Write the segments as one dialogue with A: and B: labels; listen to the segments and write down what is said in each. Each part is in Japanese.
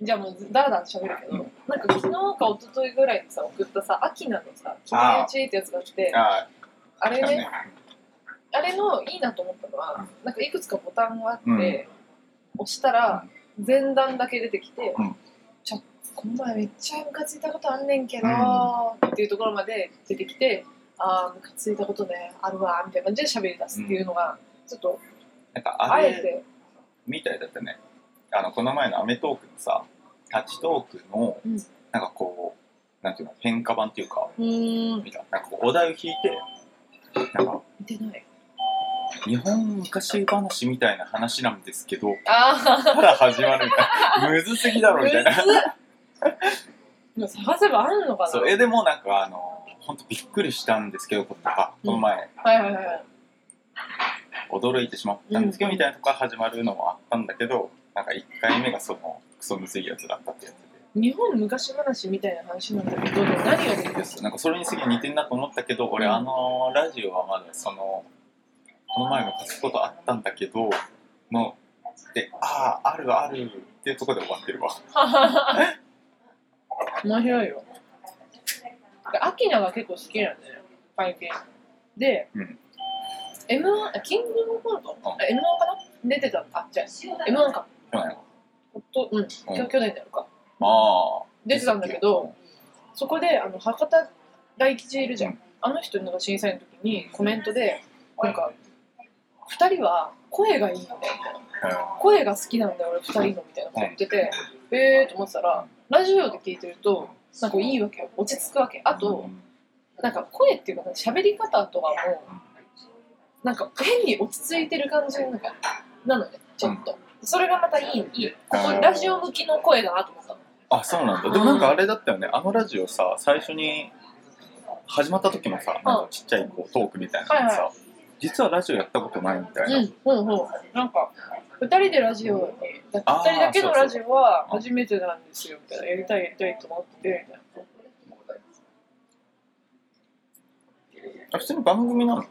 A: じゃあもうだらだら喋るけど、なんか昨日か一昨日ぐらいにさ送ったさアキナのさ「君のうち」ってやつがあってあ
B: ああ、
A: れ
B: 来た
A: ね。あれのいいなと思ったのは、なんかいくつかボタンがあって、
B: うん
A: 押したら前段だけ出てきて、
B: うん
A: ちょっとこの前めっちゃムカついたことあんねんけど、
B: う
A: っていうところまで出てきてああムカついたことねあるわみたいな感じで喋り出すっていうのが、ちょっと
B: なんか
A: あ
B: あ
A: え
B: れ
A: て
B: みたいだったね。あの、この前のアメトークのさ、タッチトークの
A: うん、
B: なんかこう、なんていうの、変化版っていうか、
A: うーん
B: みたいな。なんかこう、お題を引いて、なんか、
A: 見てない
B: 日本昔話みたいな話なんですけど、
A: ああ
B: から始まるみた いな。むずすぎだろ、みたいな。
A: でも探せばあるのかな
B: そう、え、でもなんかあの、ほんとびっくりしたんですけど、とか、この前、
A: はいはいはい
B: 驚いてしまったんですけど、
A: うん
B: みたいなとこから始まるのもあったんだけど、なんか1回目がその、クソむずいやつだったってやつで。
A: 日本昔話みたいな話なんだけどでも何が出てくる
B: なんかそれにすげえ似てんなと思ったけど俺あのラジオはまだそのこの前も貸すことあったんだけどのであああるあるっていうところで終わってるわ
A: 面白いよでアキナが結構好きなんだよ会見で、
B: うん
A: m 1キングオブコント、
B: うん
A: あ m 1かな出てたのあじゃあ m 1か
B: 去年は
A: ほっとうん、きょ
B: うん
A: 去年だよか
B: ああ
A: 出てたんだけどそこであの博多大吉いるじゃん、あの人の審査員の時にコメントでなんか2人は声がいいんだよみたいな声が好きなんだよ俺2人のみたいなこと言ってて、えーと思ってたらラジオで聞いてるとなんかいいわけよ落ち着くわけあとなんか声っていうか喋り方とかもなんか変に落ち着いてる感じのなんかなのねちょっと、それがまたいいいいここラジオ向きの声だなと思ったの
B: あそうなんだでもなんかあれだったよねあのラジオさ最初に始まった時もさなんかちっちゃいこうトークみたいなのさ、
A: は
B: 実はラジオやったことないみたいな、
A: うんうんうんなんか2人でラジオに2人だけのラジオは初めてなんですよみたいなやりたいやりたいと思っててみたいな
B: あ普通に番組なの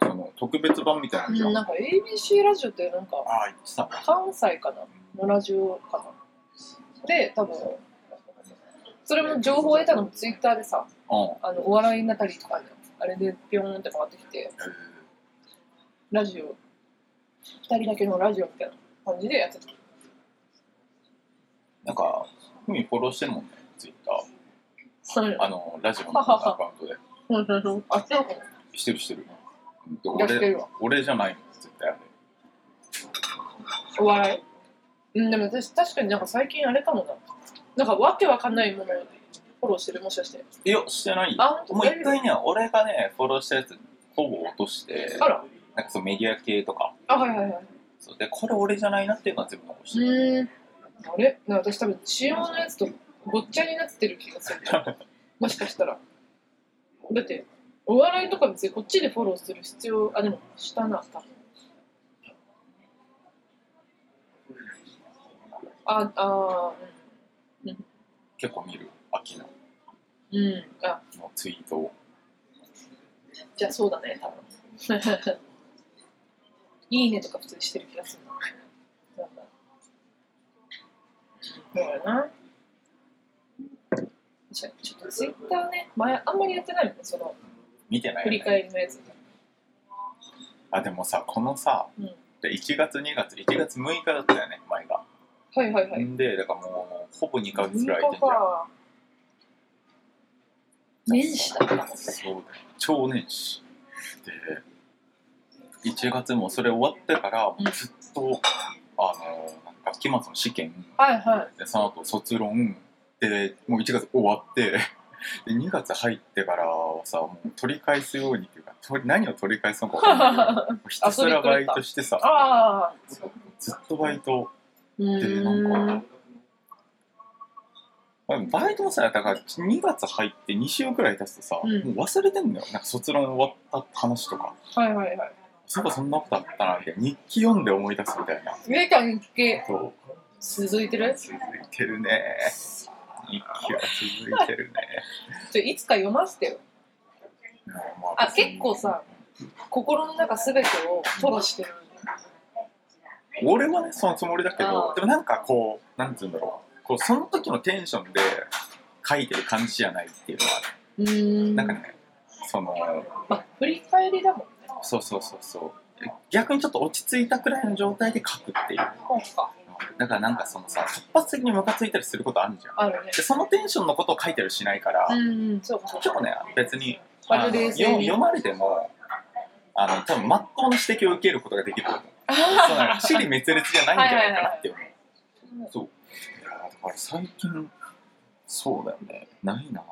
B: その特別版みたいなのじゃん、
A: うんなんか ABC ラジオってなんか
B: ああ言ってた
A: 関西かなのラジオかなで多分それも情報を得たのもツイッターでさ
B: うん
A: あのお笑いになったりとかねあれでピョーンって回ってきてラジオ2人だけのラジオみたいな感じでやってた
B: なんか、ふみフォローしてるもんね、ツイッター。
A: そう
B: あの、ラジオのアカウントで。
A: そうそうそうあそうかも
B: してるしてる。うんと
A: いやしてる
B: 俺
A: わ、
B: 俺じゃないもん、絶対あれ。
A: お笑いうんでも私確かになんか最近あれかもななんかわけわかんないものフォローしてるもしかして
B: いや、してないよ。
A: あ
B: も
A: 本
B: う一
A: 当
B: 回ね、俺がね、フォローしたやつ、ほぼ落として、
A: あら
B: なんかそのメディア系とか。
A: あはいはいはい
B: そうで、これ俺じゃないなっていうのは全部残してる。
A: うーん。あれなんか私多分 CM のやつとごっちゃになってる気がする。もしかしたら。だって、お笑いとか別にこっちでフォローする必要、あ、でもしたな、多分。あ、あ
B: 結構見る、秋の
A: ー、うん。うん。あ、
B: のツイートを。
A: じゃあそうだね、多分。いいねとか普通にしてる気がするな。なんだ。そうだな。確かにちょっとツイッターね、前あんまりやってないもんね、その
B: 見てない
A: 振
B: よ
A: り
B: ね
A: 返りのやつ。
B: あ、でもさ、このさ、
A: うん。
B: で1月、2月、1月6日だったよね、前が。
A: はいはいはい。
B: んで、だからもう、ほぼ2ヶ月
A: 文
B: ぐらい空いて
A: 化
B: んじゃん。
A: か。年始だったもんね。
B: そうだよ超年始で1月もそれ終わってから
A: うん
B: ずっと、あのなんか学期末の試験
A: はいはい。
B: でその後卒論でもう1月終わってで2月入ってからはさもう取り返すようにっていうか取り何を取り返すのか分かんないけ どひたすらバイトしてさ
A: ああ。
B: ずっとバイト
A: う
B: で
A: ー
B: なん
A: ん
B: か。バイトもさだから2月入って2週くらい経つとさ、
A: うん
B: もう忘れてんだよなんか卒論終わった話とか
A: はいはいはい。
B: そうかそんなことあったなみたいな日記読んで思い出すみたいな
A: ゆえちゃん日記
B: そう
A: 続いてる
B: 続いてるね日記は続いて るね
A: ちょいつか読ませてよ。
B: うんま
A: あ結構さ心の中すべてを吐露してる。
B: 俺はねそのつもりだけ
A: あ
B: ど
A: ー
B: でもなんかこうなんて言うんだろうこうその時のテンションで書いてる感じじゃないっていうのはあ
A: うー
B: る
A: ん
B: なんかねその
A: まあ振り返りだもんね
B: そうそうそうそう逆にちょっと落ち着いたくらいの状態で書くっていう
A: そうか
B: だからなんかそのさ突発的にムカついたりすることあるじゃん
A: あるね
B: でそのテンションのことを書いたりしないから、
A: うんうんそうかそう
B: 結
A: か
B: 構ね別にあ
A: 割
B: の
A: と冷
B: 読
A: 静に
B: 読まれてもあの多分真っ当な指摘を受けることができると思うそうなの尻滅裂じゃないんじゃないかなって思う、そういやーだから最近そうだよねないな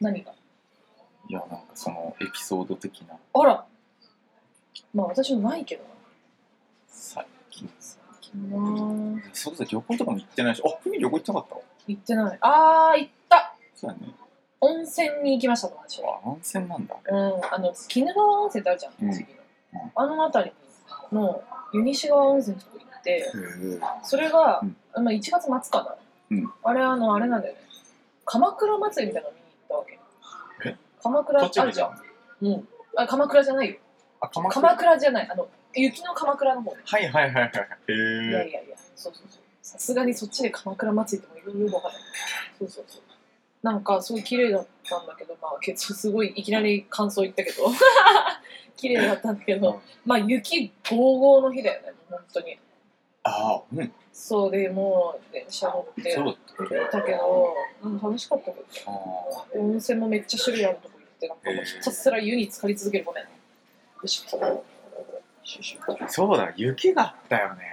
A: 何が
B: いやなんかそのエピソード的な
A: あらまあ私もないけどな
B: 最近
A: 行
B: それこそ旅行とかも行ってないしあ海旅行行ってなかった
A: ってないあー行った
B: そうだよね
A: 温泉に行きました友達と
B: あ温泉なんだ
A: うんあの鬼怒川温泉ってあるじゃん、
B: うん
A: 栃木の
B: うん
A: あの辺りの湯西川温泉のとこ行って
B: へえ
A: それが、
B: うん
A: まあ、1月末かな、
B: うん
A: あれあのあれなんだよね鎌倉祭りみたいなの見に行ったわけ
B: え
A: 鎌倉
B: 栃
A: ある
B: 木
A: じ
B: じ
A: ゃ
B: ゃ
A: ん
B: ん
A: うんあ鎌倉じゃないよ
B: あ鎌倉
A: 鎌倉じゃないあの雪の鎌倉の方ね
B: はいはいはいは
A: いや
B: いへえ
A: いやいや、そうそうそう。さすがにそっちで鎌倉祭りとかいろいろわかんない。そうそうそう。なんかすごい綺麗だったんだけど、まあ、けどすごいいきなり感想言ったけど、 綺麗だったんだけど、まあ雪ゴーゴーの日だよね、本当に。
B: ああうん
A: そうでもう電車乗って
B: そうだったっけ
A: たけど、うん、楽しかったけ
B: あー
A: ど、温泉もめっちゃ種類あるとこ行って、なんかもうひたすら湯に浸かり続けるごめん。よしよしよし
B: そうだ雪があったよね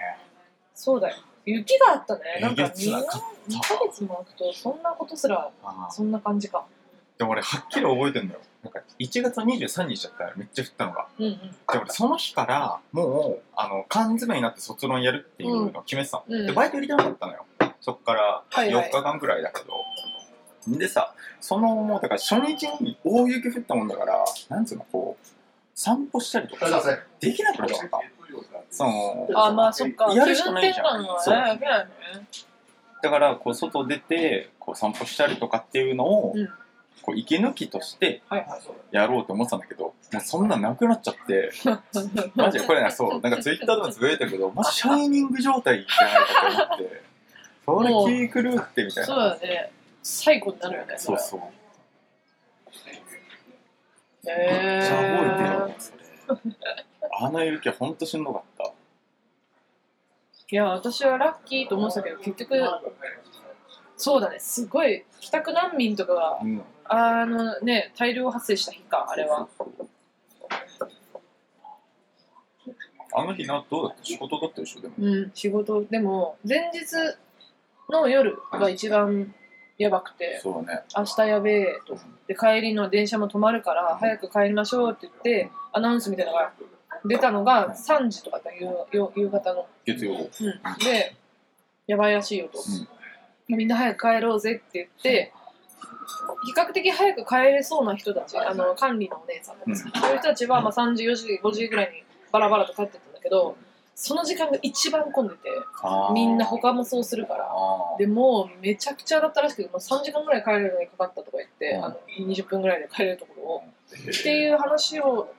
A: そうだよ。雪があったね。なんか
B: えげつ
A: 2
B: な
A: ヶ
B: かった
A: 月も空くと、そんなことすら、
B: あー
A: そんな感じか。
B: でも俺はっきり覚えてんだよなんか1月23日だったよめっちゃ降ったのが
A: うんうん。
B: で俺その日からもうあの缶詰になって卒論やるっていうのを決めてたの、
A: うん
B: でバイトやりたかったのよそっから
A: はいはい
B: 4日間くらいだけど、でさそのもうだから初日に大雪降ったもんだからなんつうのこう散歩したりとかさできなくなっちゃったその
A: あ、まあそっか。
B: やるしかないじゃ
A: 気
B: ん
A: 分転換はね、そうだよね。
B: だからこう外出てこう散歩したりとかっていうのを、
A: うん
B: こう息抜きとして
A: はいはい。
B: やろうと思ってたんだけどもうそんなんなくなっちゃってマジでこれねそうなんかツイッターでもつぶやいたけどマジシャイニング状態じゃないか と思ってそれ気狂ってみたい
A: そ
B: な
A: うだよね。最後になるよね。
B: そうそう
A: う。へ
B: めっちゃ覚えてる
A: ー
B: わ それあの雪はほんとしんどかった
A: いや、私はラッキーと思ってたけど、結局、そうだね。すごい、帰宅難民とかが、
B: うん
A: あのね、大量発生した日か、あれは。
B: あの日などうだった仕事だったでしょでも
A: うん、仕事。でも、前日の夜が一番やばくて。
B: そうだね
A: 明日やべえとで帰りの電車も止まるから早く帰りましょうって言ってアナウンスみたいなのが出たのが3時とかだった夕夕夕方の、
B: 月曜日
A: うん、でやばいらしいよと、みんな早く帰ろうぜって言って比較的早く帰れそうな人たちあの管理のお姉さんとかさそういう人たちはまあ3時4時5時ぐらいにバラバラと帰ってったんだけどその時間が一番混んでてみんな他もそうするから
B: あー
A: でもうめちゃくちゃだったらしくて、まあ、3時間ぐらい帰れるのにかかったとか言って、
B: うん
A: あの20分ぐらいで帰れるところを、
B: へー
A: っていう話を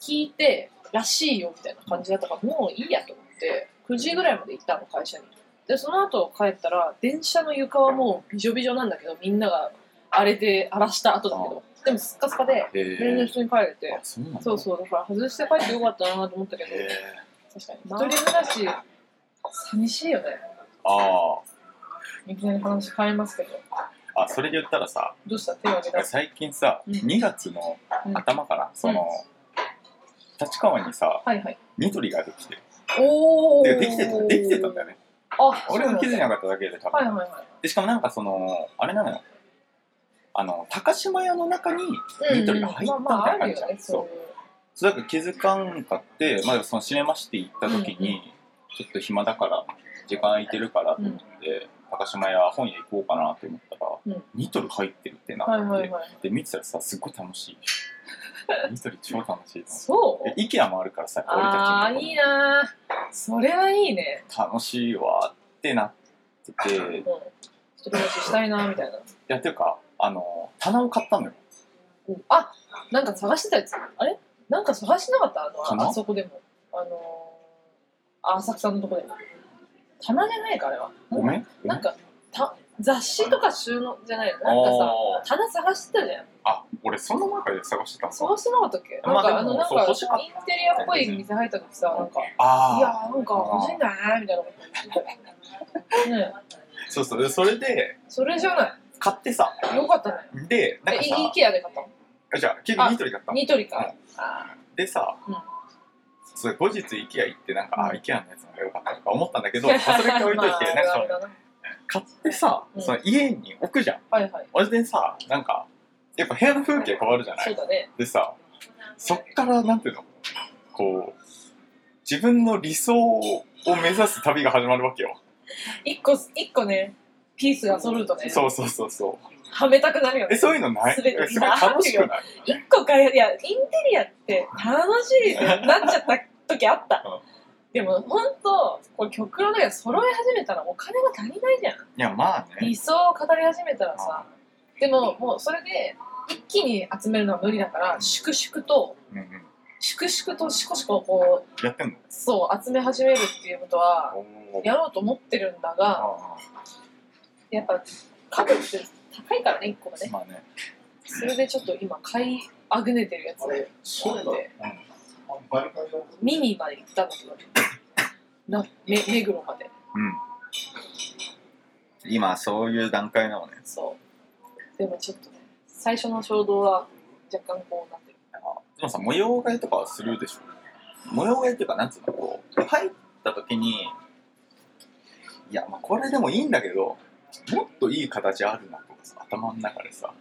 A: 聞いてらしいよみたいな感じだったからもういいやと思って9時ぐらいまで行ったの会社にでその後帰ったら電車の床はもうびじょびじょなんだけどみんなが荒れて荒らした後だけどでもすっかすかで
B: へー
A: 全然普通に帰れて
B: あそうなんだ
A: そうそうだから外して帰ってよかったなと思ったけど
B: へー
A: 確かに一人暮らし寂しいよね
B: あ
A: いきなり話変えますけど
B: ああそれで言ったらさ
A: どうした手を挙げた
B: 最近さ、
A: うん
B: 2月の頭から、その、立川にさ
A: はいはい。
B: ニトリができて
A: お
B: てかできてたできてたんだよね
A: あ、
B: 俺が気づい
A: い。
B: なかっただけで多分、
A: はいはいは
B: でしかもなんかそのあれなのよあの高島屋の中に
A: い。
B: ニトリが入ったみ
A: まあまあ
B: た
A: あ
B: いな感
A: る
B: じじゃ
A: よ
B: ん、
A: ね。そ
B: そう
A: ういう。
B: それだから気づかんかって、まあ、そのシネマシティ行った時に、
A: うん
B: ちょっと暇だから時間空いてるからと思って、高島屋本屋行こうかなと思ったら、
A: うん
B: ニトリ入ってるってなって、
A: はいはいはい。
B: で見てたらさすっごい楽し いニトリ超楽しいと思って
A: そう。
B: で IKEA もあるからさ俺
A: ああ
B: た
A: ー
B: ち
A: いい
B: に
A: なー。それはいいね。
B: 楽しいわってなって
A: うん
B: て。
A: 一人暮らししたいなーみたいな。
B: いやっていうかあの棚を買ったのよ
A: うんあ、なんか探してたやつ。あれ？なんか探してなかったあ
B: か
A: の
B: な
A: あそこでも。あのーあ浅草のとこでも。棚じゃないかあれは
B: ごめん
A: なんかた雑誌とか収納じゃないのなんかさ
B: あ
A: 棚探してたじゃん
B: ーあ俺その中で探してたん
A: 探してなかったっけ
B: ま
A: な
B: あ
A: んかあ
B: でも
A: のなん
B: そう
A: かイ
B: 欲しかった
A: ンテリアっぽい店入った時さなんかいや
B: ああ
A: なんか欲しいんだねみたいなこと言ってね
B: そうそうでそれで
A: それじゃな
B: 買ってさ
A: いよかったね
B: でなん
A: え
B: か
A: イイ
B: さ
A: ケアで買ったの
B: あじゃあ結局ニトリだったの
A: ニトリ
B: は
A: かあ
B: でさ、
A: うん
B: それ後日 IKEA 行ってなんか、あ
A: うん
B: IKEA のやつの方が良かったとか思ったんだ
A: ー
B: けど、まあ、それから置いとい
A: まあ
B: てなんか
A: あ
B: そ
A: るあ
B: の
A: るだな
B: 買ってさ、
A: うん
B: その家に置くじゃん
A: はいはい
B: 俺でさなんかやっぱ部屋の風景変わるじゃな
A: そう
B: い
A: だね
B: でさそっからなんていうのこう自分の理想を目指す旅が始まるわけよ、
A: 一個一個ねピースが揃うとね
B: そうそうそうそう
A: はめたくなるよ
B: え
A: ね
B: そういうのない
A: 全て
B: えすごい楽しくない
A: 一個買えいやインテリアって楽しいってなっちゃった時あった
B: うん
A: でも本当これ極論だけど揃え始めたらお金が足りないじゃん
B: いやまあね
A: 理想を語り始めたらさでももうそれで一気に集めるのは無理だから粛々と
B: うんうん
A: 粛々としこしここう
B: やってんの
A: そう集め始めるっていうことは
B: おー
A: やろうと思ってるんだが
B: あ
A: やっぱ家具って高いからね1個が
B: ー
A: ね
B: まあね
A: それでちょっと今買いあぐねてるやつ
C: そうだ
A: で
C: バリカンの
A: ミニまで行ったんだけどなめ目黒まで
B: うん今そういう段階なのね
A: そうでもちょっとね最初の衝動は若干こうなってる
B: でもさ、模様替えとかはするでしょ模様替えっていうか、なんつうの、こう、入った時に、いや、まあ、これでもいいんだけど、もっといい形あるなとかさ、頭の中でさ、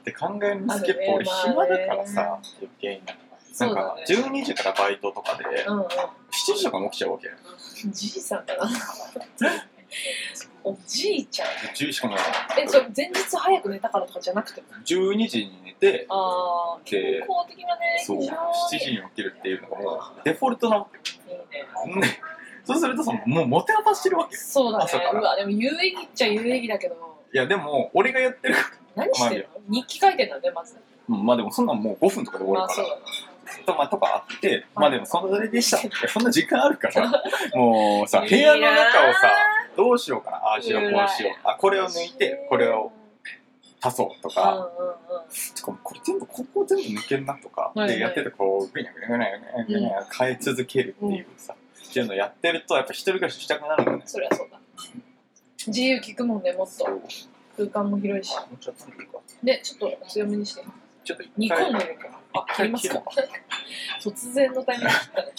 B: って考えますけど、
A: ある
B: 俺
A: ね
B: 暇だから
A: ま
B: さ、余計に。な
A: そ
B: ん
A: うだ
B: か
A: ね、
B: 12時からバイトとかで、
A: うんうん
B: 7時とかも起きちゃうわけ。
A: じいさんかなおじいちゃん
B: 10時かな
A: えそれ前日早く寝たからとかじゃなくて
B: 12時に寝て、
A: ああ健
B: で
A: 康的なね
B: そう、7
A: 非常
B: 時に起きるっていうのがもう、デフォルトなわけ。
A: にいいね
B: ねそうするとさ、もう、もてあたしてるわけよ。
A: そうだね
B: 朝から
A: うわでも有意義っちゃ有意義だけど
B: いや、でも、俺がやってる
A: 何してるの日記書いてんだねまず
B: うん、まあでもそんなんもう5分とかで終
A: ま
B: わ
A: あ
B: る
A: そ
B: か
A: う
B: ら、
A: だな
B: とまあとかあって、まあでもそれでしたいやそんな時間あるからもうさ部屋の中をさどうしようかなああしようこうしようあこれを抜いてこれを足そうと
A: うんうん
B: か、しかもこれ全部ここ全部抜けんなとか、
A: はいはい
B: でやっててこうぐにゃぐにゃぐにゃぐにゃぐにゃ変え続けるっていうさ、っていうのやってるとやっぱ一人暮らししたくなるよね
A: うんそりゃそうだ自由聞くもんねもっと
B: そう
A: 空間も広いし
B: あもうちょっといいか
A: でちょっと強めにして
B: ちょっと一
A: 煮込
B: 回
A: んでるからあ切りますか突然のタイミングだったね